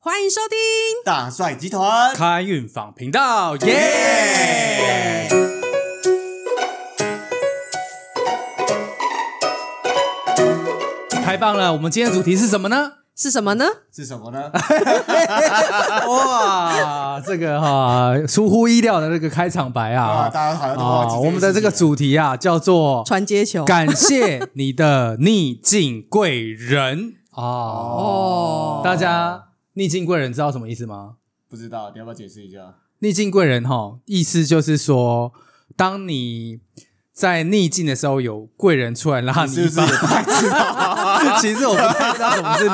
欢迎收听。大帅集团。开运访频道，耶、耶！太棒了！我们今天的主题是什么呢？是什么呢？是什么呢？啊 哇，这个哈、出乎意料的那个开场白啊，啊！大家好像都忘记啊，哦我们的这这个主题啊，叫哦做传接球。感谢你的逆境贵 人啊！哦大家逆境贵人知道什么意思吗？不知道，你要不要解释一下？逆境贵人哈、意思就是说，当你在逆境的时候，有贵人出来拉啊你你是不一是把也。不 太知道？其实我不太知道什么 是。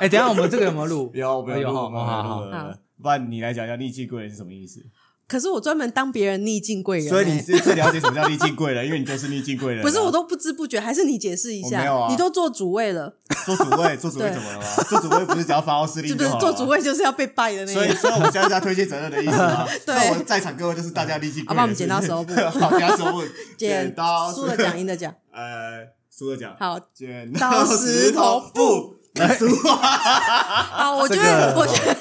哎，等一下我们这个有没有录？有，我们有哎录，好我们有好录好了。好对对不然你来讲一下逆境贵人是什么意思？可是我专门当别人逆境贵人、所以你欸是最了解什么叫逆境贵人，因为你就是逆境贵人啊。不是我都不知不觉，还是你解释一我下。没有啊你都做主位了，做主 位，做主位对怎么了吗？做主位不是只要发号施是令不是好了吗做主。位就是要被拜的那啊所以，个？所以我们现在是要推卸责任的意思吗？ 对所以我们在场各位就是大家逆境贵人。好帮我们剪刀石头手布 好，剪刀手布，剪刀 输了讲，赢的讲。呃，输了讲，好剪刀石头布，来输 好，我觉得，我觉得，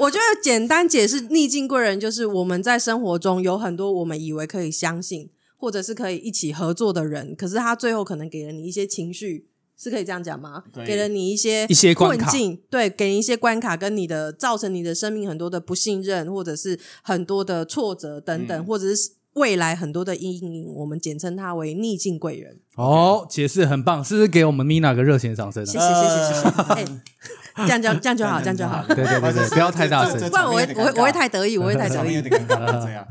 我觉得简单解释逆境贵人，就是我们在生活中有很多我们以为可以相信，或者是可以一起合作的人，可是他最后可能给了你一些情绪。是可以这样讲吗可？以给了你一些一些关困卡境，对，给你一些关卡，跟你的造成你的生命很多的不信任，或者是很多的挫折等等，嗯或者是未来很多的阴影，我们简称它为逆境贵人。哦，解释很棒，是不是给我们 Mina 个热情掌声谢啊？谢谢谢谢谢，哎、这样就这样就 好，这样就好，对对对对不要太啊大声不然我会我会我会太得意，我会太小得面有意。 点尴尬，这嗯样。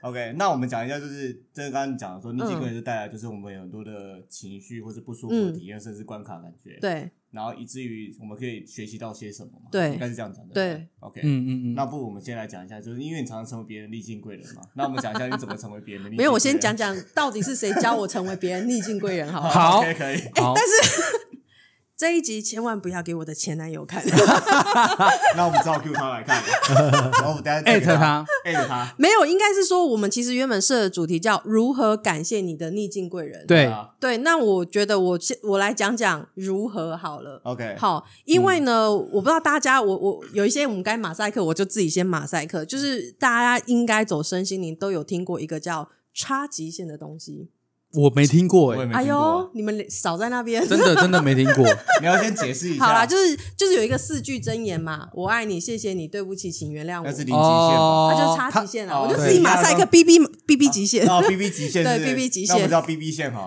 OK，那我们讲一下，就是这个刚刚你讲的说，逆境贵人就带来就是我们有很多的情绪或是不舒服的体验，甚至关卡感觉。。对，然后以至于我们可以学习到些什么嘛？对应该是这样讲的。对，OK，嗯嗯那嗯，不如我们先来讲一下，就是因为你常常成为别人的逆境贵人嘛，那我们讲一下你怎么成为别人的逆境贵人。没有，我先讲讲到底是谁教我成为别人逆境贵人，好不好？好 OK，可以。好，这一集千万不要给我的前男友看， 那我们只好 Q 他来 看，然后我们等一下再艾给特他，艾特他。没有，应该是说我们其实原本设的主题叫如何感谢你的逆境贵人。对，啊对，那我觉得我先我来讲讲如何好了。 ，OK，好，因为呢，我不知道大家，我我有一些我们该马赛克，我就自己先马赛克。就是大家应该走身心灵都有听过一个叫差极限的东西。我没听过我也哎，没哎听过呦，你们少在那边。真的真的没听 过，你要先解释一下。好啦，就是就是有一个四句真言嘛，我爱你，谢谢你，对不起，请原谅我。那是那零极限吧。就是差极限了，啊哦我就对自己马赛克，逼逼逼逼极限。哦，B B 极限 对是不是 BB 极限那我们叫 B B 线哈。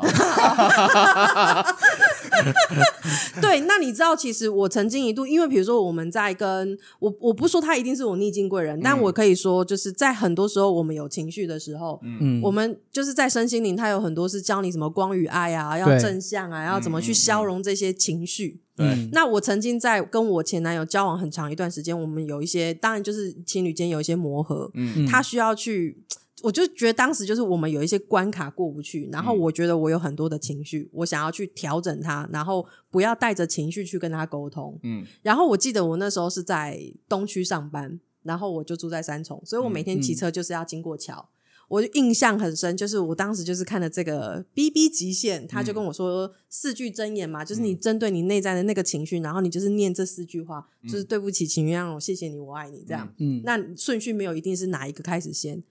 对，那你知道，其实我曾经一度，因为比如说我们在跟我，我不说他一定是我逆境贵人，嗯但我可以说，就是在很多时候我们有情绪的时候，嗯我，们就是在身心灵，它有很多是教你什么光与爱啊，要对正向啊，要怎嗯么去消融这些情绪。嗯对，嗯那我曾经在跟我前男友交往很长一段时间，我们有一些，当然就是情侣间有一些磨合，嗯，他需要去。我就觉得当时就是我们有一些关卡过不去，然后嗯我觉得我有很多的情绪，我想要去调整它，然后不要带着情绪去跟他沟通。嗯，然后我记得我那时候是在东区上班，然后我就住在三重，所以我每天骑车就是要经过嗯桥。我就印象很深，就是我当时就是看了这个《B B 极限》，他就跟我说四句真言嘛，就是你嗯针对你内在的那个情绪，然后你就是念这四句话，嗯就是对不起，请原谅我，谢谢你，我爱你，这样。嗯，那顺序没有一定是哪一个开始先。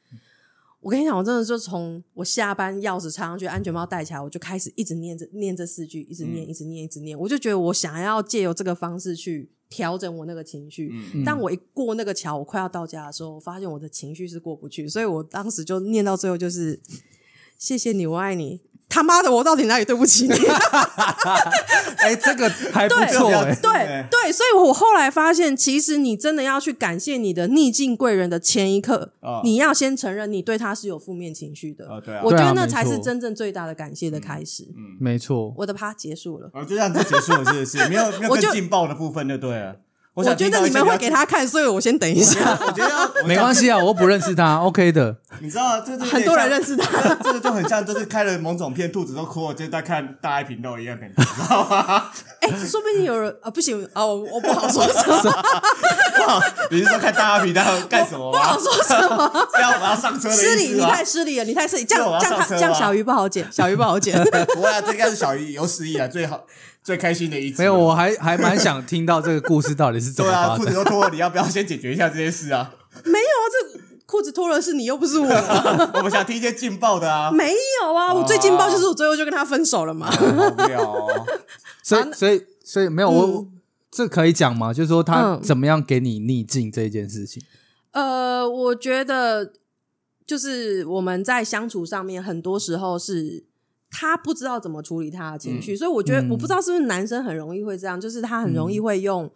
我跟你讲，我真的就从我下班钥匙插上去，安全帽戴起来，我就开始一直念这念这四句，一直念，嗯一直念，一直念。我就觉得我想要借由这个方式去调整我那个情绪。嗯当我一过那个桥，我快要到家的时候，我发现我的情绪是过不去，所以我当时就念到最后就是：谢谢你，我爱你。他妈的，我到底哪里对不起你？哎，这个还不错哎，对对，所以我后来发现，其实你真的要去感谢你的逆境贵人的前一刻，啊你要先承认你对他是有负面情绪的。哦，对啊，我觉对得啊那没才是错真正最大的感谢的开始。嗯，没错，我的趴结束了。哦，就这样就结束了，是不 是？没有没有我就更劲爆的部分就对了。我我想觉听到得你一些们比会较给，他看，所以我先等一下。 我觉得要没关系啊，我不认 识他，OK 的，系，你知道这这很多人认识他，识， 这个就很像就是开了某种片，兔子都哭了，就在看大爱频道一样感觉，你知道吗？哎、说不定有人啊，不行啊，我我不 好说什啊么，你是说看大爱频道干什么不好吗？说什么，这样 我要上车的失意礼，思你吗？太失礼了，你太失礼，这这我样要这样上他车啊这样 吧小鱼不好剪，小鱼不好剪。不会啊，这应该是小鱼有史以来最好 最开心的一集了。没有，我还还蛮想听到这个故事到底是 怎对么啊， 发裤子都生。脱了，你要不要先解决一下这件事 啊？没有啊，这裤子脱了是你，又不是 我。我们想听一些劲爆的啊，没有啊，我最劲爆就是我最后就跟他分手了嘛。好无聊哦。所以所以所以没有我嗯这可以讲吗？就是说他嗯怎么样给你逆境这件事情。呃，我觉得就是我们在相处上面，很多时候是他不知道怎么处理他的情绪，所以我觉得嗯我不知道是不是男生很容易会这样，就是他很容易会用。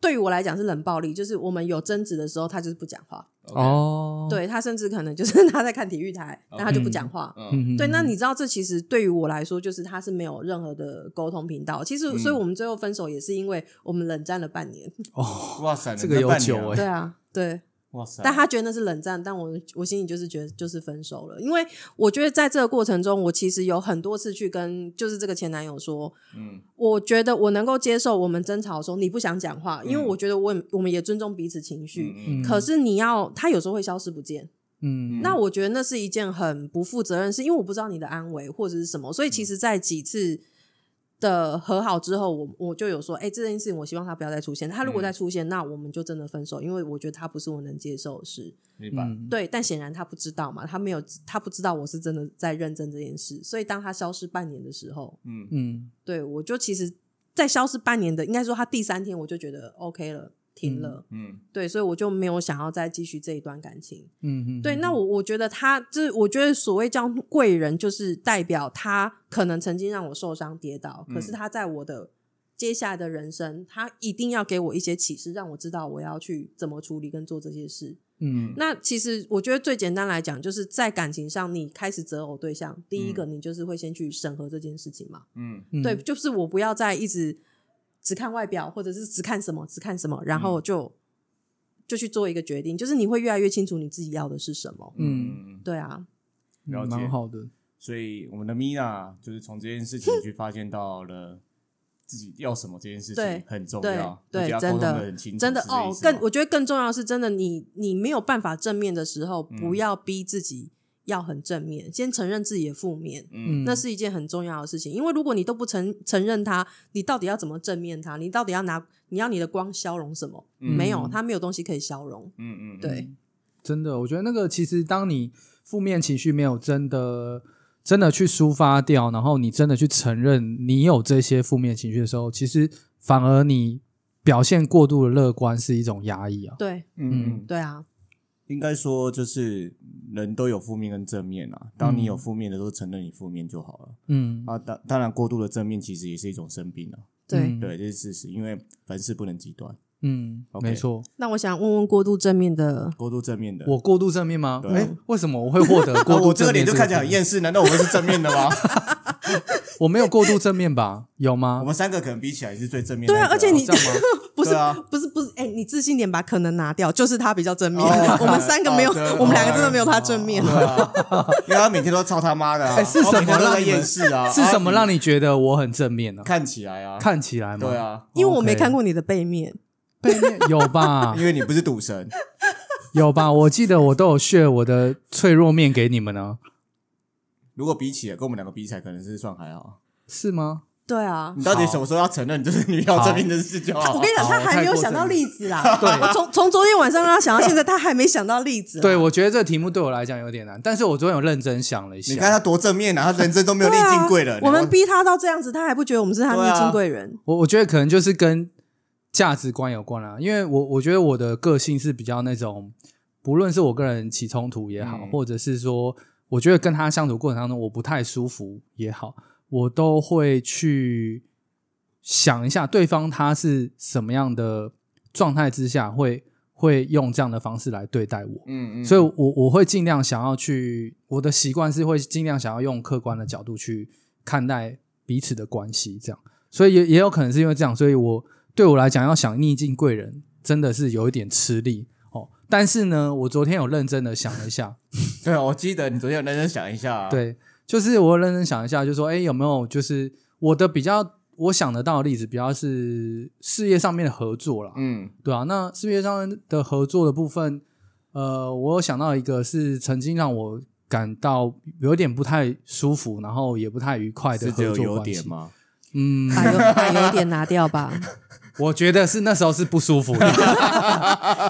对于我来讲是冷暴力，就是我们有争执的时候，他就是不讲话。哦，对他甚至可能就是他在看体育台，那他就不讲话。嗯，嗯，嗯对，那你知道这其实对于我来说，就是他是没有任何的沟通频道。其实，所嗯以我们最后分手也是因为我们冷战了半年。哦，哇塞， 这个有酒哎，欸对啊，对。哇塞，但他觉得那是冷战，但我我心里就是觉得就是分手了，因为我觉得在这个过程中，我其实有很多次去跟就是这个前男友说，嗯我觉得我能够接受我们争吵的时候你不想讲话，因为嗯我觉得我也我们也尊重彼此情绪，嗯可是你要他有时候会消失不见，嗯那我觉得那是一件很不负责任的事，是因为我不知道你的安危或者是什么，所以嗯其实，在几次的和好之后，我我就有说，哎、这件事情我希望他不要再出现。他如嗯果再出现，那我们就真的分手，因为我觉得他不是我能接受的事。明白。嗯，对，但显然他不知道嘛，他没有，他不知道我是真的在认真这件事，所以当他消失半年的时候，嗯，嗯对我就其实，在消失半年的，应该说他第三天我就觉得 OK 了，停了，嗯，对，所以我就没有想要再继续这一段感情。嗯嗯，对，那我我觉得他，这我觉得所谓叫贵人，就是代表他可能曾经让我受伤跌倒，可是嗯他在我的接下来的人生，他一定要给我一些启示，让我知道我要去怎么处理跟做这些事。嗯那其实我觉得最简单来讲，就是在感情上，你开始择偶对象，第一个你就是会先去审核这件事情嘛。嗯，嗯对，就是我不要再一直只看外表，或者是只看什么只看什么，然嗯后就。就去做一个决定，就是你会越来越清楚你自己要的是什么。嗯，对啊，了嗯解蛮好的，所以我们的 Mina 就是从这件事情去发现到了自己要什么这件事对情很重对要，对而且要沟真通的得很清楚，真的是这意哦，思更吗我觉得更重要的是，真的你你没有办法正面的时候，不嗯要逼自己要很正面，先承认自己的负面，嗯嗯，那是一件很重要的事情。因为如果你都不承承认它，你到底要怎么正面它？你到底要拿你要你的光消融什么？嗯没有，它没有东西可以消融。嗯嗯，对真的，我觉得那个其实当你负面情绪没有真的真的去抒发掉，然后你真的去承认你有这些负面情绪的时候，其实反而你表现过度的乐观是一种压抑啊。对嗯嗯。对啊，应该说，就是人都有负面跟正面啊。当你有负面的时候，承认你负面就好了。嗯，啊，当当然，过度的正面其实也是一种生病啊。对。嗯对，这是事实，因为凡事不能极端。嗯， OK 没错。那我想问问过度正面的，过度正面的，我过度正面吗？对哎，为什么我会获得啊过度我这正个面？脸就看起来很，厌世，难道我们是正面的吗？ 我没有过度正面吧？有吗我？们三个可能比起来是最正面的对那个啊，啊。而且你这样吗不是对啊不是不是，哎，你自信点把可能拿掉，就是他比较正面哦。 我们三个没有，哦对我们两个真的没有他正面。对啊，因为他每天都操他妈的啊，哎是什么我每天都让在你们厌世啊？是什么啊让你觉得我很正面呢你？看起来啊？看起来吗？对， 啊，因为我没 OK 看过你的背面。背面有 吧？因为你不是赌神，有吧？我记得我都有炫我的脆弱面给你们呢，如果比起来跟我们两个比起来，可能是算还好。是吗？对啊，你到底什么时候要承认就是你要正面的事就好 我？跟你讲，好他还没有太过想到正例子啦。对我从从昨天晚上让他想到现在，他还没想到例啊子啦。对，我觉得这个题目对我来讲有点难，但是我昨天有认真想了一下。你看他多正面啊，他人生都没有历对啊尽贵人。我们逼他到这样子，他还不觉得我们是他对啊逆境贵人。我我觉得可能就是跟价值观有关啦、因为我我觉得我的个性是比较那种，不论是我跟人起冲突也好，嗯或者是说我觉得跟他相处过程当中我不太舒服也好，我都会去想一下对方他是什么样的状态之下会会用这样的方式来对待我。嗯嗯，所以我，我会尽量想要去，我的习惯是会尽量想要用客观的角度去看待彼此的关系，这样。所以也也有可能是因为这样，所以我对我来讲要想逆境贵人，真的是有一点吃力哦。但是呢，我昨天有认真的想了一下，对，我记得你昨天有认真想一下啊。对，就是我认真想一下，就说，哎，有没有就是我的比较我想得到的例子，比较是事业上面的合作啦，嗯，对啊，那事业上的合作的部分，呃，我有想到一个是曾经让我感到有点不太舒服，然后也不太愉快的是只合有作优关系点。吗？嗯，把油把油哎点拿掉吧，我觉得是那时候是不舒服的，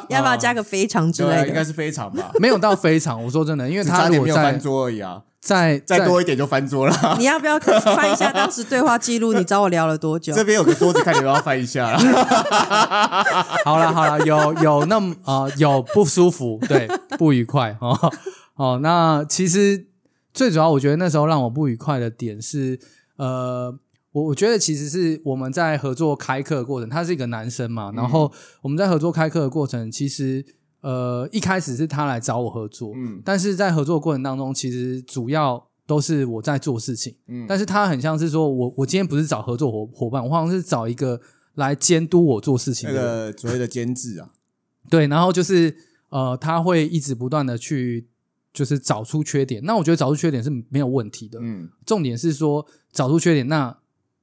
要不要加个非常之类啊应的？该是非常吧，没有到非常。我说真的，因为只他差如点果没有在翻桌而已啊，在再在多一点就翻桌了。你要不要翻一下当时对话记录？你找我聊了多久？ 这边有个桌子，看你要不要翻一下啦。 好了好了，有有那么啊、有不舒服，对，不愉快哦哦。那其实最主要，我觉得那时候让我不愉快的点是，呃，我我觉得其实是我们在合作开课的过程，他是一个男生嘛，然嗯后我们在合作开课的过程，其实呃一开始是他来找我合作，嗯但是在合作过程当中，其实主要都是我在做事情。嗯但是他很像是说我我今天不是找合作伙伙伴，我好像是找一个来监督我做事情那的人。个所谓的监制啊，对，然后就是呃，他会一直不断的去就是找出缺点。那我觉得找出缺点是没有问题的，嗯，重点是说找出缺点，那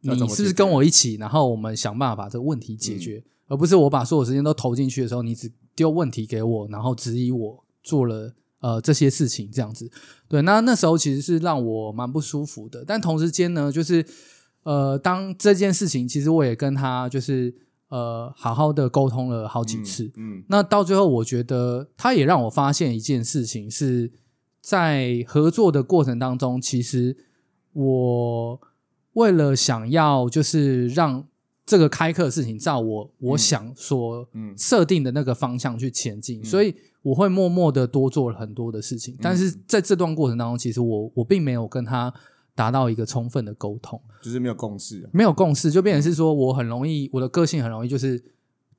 要怎你么是不解是决嗯跟我一起，然后我们想办法把这个问题解决，而不是我把所有时间都投进去的时候，你只丢问题给我，然后质疑我做了呃这些事情这样子。对，那那时候其实是让我蛮不舒服的，但同时间呢，就是呃，当这件事情，其实我也跟他就是呃好好的沟通了好几次，嗯，那到最后，我觉得他也让我发现一件事情，是在合作的过程当中，其实我为了想要就是让这个开课的事情照我我想所嗯设定的那个方向去前进，嗯所以我会默默的多做了很多的事情。但是嗯在这段过程当中，其实我我并没有跟他达到一个充分的沟通。嗯就是没有共识啊。没有共识，就变成是说我很容易，我的个性很容易就是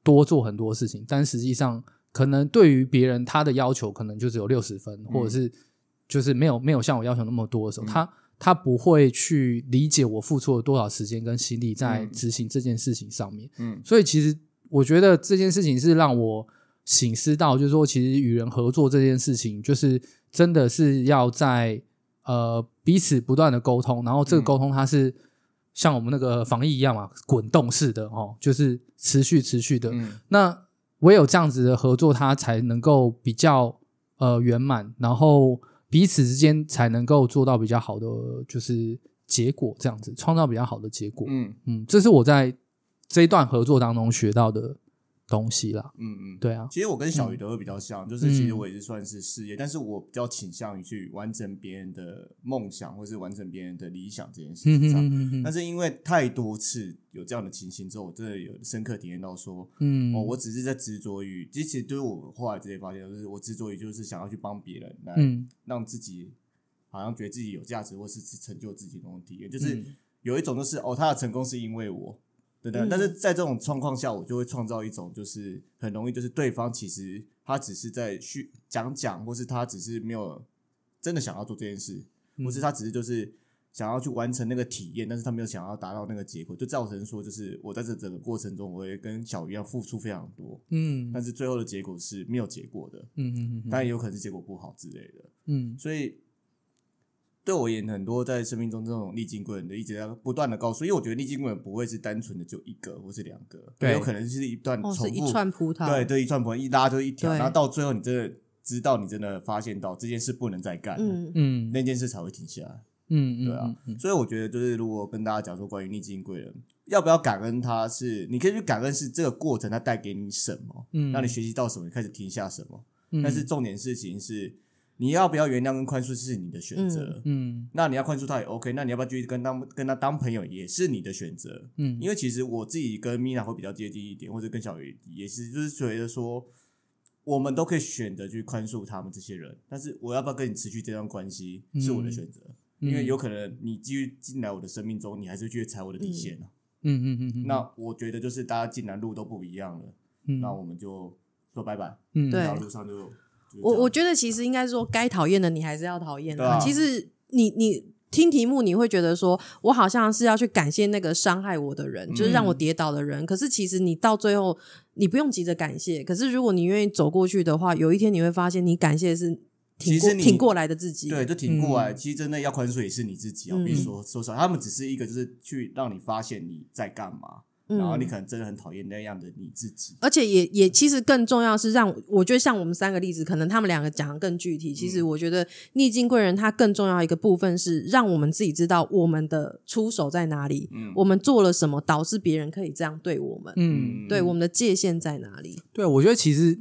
多做很多事情，但实际上可能对于别人他的要求可能就只有六十分，或者是就是没有没有像我要求那么多的时候，嗯他他不会去理解我付出了多少时间跟心力在执行这件事情上面。嗯所以其实我觉得这件事情是让我醒思到，就是说，其实与人合作这件事情，就是真的是要在呃彼此不断的沟通，然后这个嗯沟通它是像我们那个防疫一样嘛，滚动式的哦，就是持续持续的。嗯那唯有这样子的合作，它才能够比较呃圆满，然后彼此之间才能够做到比较好的就是结果，这样子创造比较好的结果。嗯嗯，这是我在这一段合作当中学到的东西啦。嗯嗯，对啊，其实我跟小鱼都会比较像，就是其实我也是算是事业，但是我比较倾向于去完成别人的梦想，或是完成别人的理想这件事嗯情嗯上。嗯但嗯是因为太多次有这样的情形之后，我真的有深刻体验到说，嗯，哦，我只是在执着于，其实对我后来直接发现，就是我执着于就是想要去帮别人，来嗯让自己好像觉得自己有价值，或是是成就自己的那种体验，就是嗯有一种就是哦，他的成功是因为我，对不对？嗯但是在这种状况下，我就会创造一种就是很容易就是对方其实他只是在去讲讲，或是他只是没有真的想要做这件事，嗯或是他只是就是。想要去完成那个体验，但是他没有想要达到那个结果，就造成说，就是我在这整个过程中，我会跟小鱼一样啊付出非常多，嗯但是最后的结果是没有结果的，嗯嗯嗯，当然也有可能是结果不好之类的。嗯所以对我也很多在生命中这种历经过人的，一直在不断的告诉，因为我觉得历经过人不会是单纯的就一个或是两个，对有可能是一段重哦，复，是一串葡萄，对，对，一串不一拉就是一条，对然后到最后你真的知道，你真的发现到这件事不能再干了，嗯，嗯那件事才会停下来。嗯对啊，所以我觉得就是如果跟大家讲说关于逆境贵人，要不要感恩他是，你可以去感恩是这个过程它带给你什么，嗯让你学习到什么，你开始停下什么。嗯，但是重点事情是，你要不要原谅跟宽恕是你的选择。嗯那你要宽恕他也 OK，那你要不要继续跟当跟他当朋友也是你的选择。嗯，因为为其实我自己跟 Mina 会比较接近一点，或者跟小鱼也是，就是觉得说，我们都可以选择去宽恕他们这些人，但是我要不要跟你持续这段关系嗯是我的选择，因为有可能你继续进来我的生命中，你还是去踩我的底线啊。嗯嗯嗯嗯，那我觉得就是大家进来路都不一样了，那我们就说拜拜，嗯对然后路上就。就是我这样我觉得其实应该说，该讨厌的你还是要讨厌的、对啊其实你你听题目，你会觉得说我好像是要去感谢那个伤害我的人，就是让嗯我跌倒的人。可是其实你到最后，你不用急着感谢。可是如果你愿意走过去的话，有一天你会发现，你感谢的是挺其过实你挺过来的自己。对，就挺过来。其实真的要宽恕也是你自己啊，嗯比如说说实话，他们只是一个就是去让你发现你在干嘛，嗯然后你可能真的很讨厌那样的你自己。而且也也其实更重要是让我觉得像我们三个例子，可能他们两个讲的更具体。其嗯实我觉得逆境贵人他更重要一个部分是让我们自己知道我们的出手在哪里，嗯我们做了什么导致别人可以这样对我们，嗯，对我们的界限在哪里。对，我觉得其实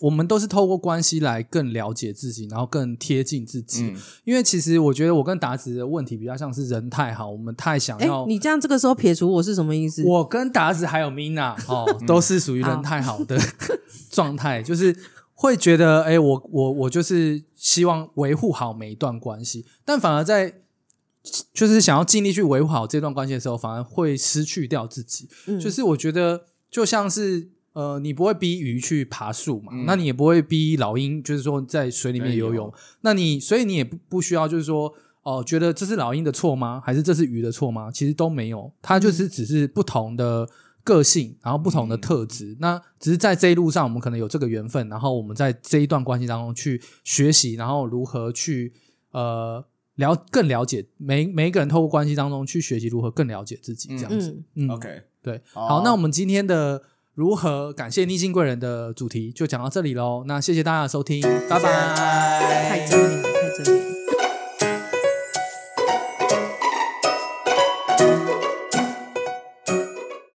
我们都是透过关系来更了解自己，然后更贴近自己。嗯因为其实我觉得我跟达子的问题比较像是人太好，我们太想哎、要。你这样这个时候撇除我是什么意思？我跟达子还有 Mina 哦，都是属于人太好的 状态，就是会觉得，哎、我我我就是希望维护好每一段关系，但反而在就是想要尽力去维护好这段关系的时候，反而会失去掉自己。嗯就是我觉得就像是呃，你不会逼鱼去爬树嘛，嗯那你也不会逼老鹰，就是说在水里面对游泳有，那你所以你也不不需要就是说。哦，觉得这是老鹰的错吗？还是这是鱼的错吗？其实都没有，它就是只是不同的个性，然后不同的嗯特质。那只是在这一路上，我们可能有这个缘分，然后我们在这一段关系当中去学习，然后如何去呃了更了解每每一个人，透过关系当中去学习如何更了解自己，这样子。嗯，嗯 OK，对，哦好，那我们今天的如何感谢逆境贵人的主题就讲到这里喽。那谢谢大家的收听，拜拜。太正面了，太正面了。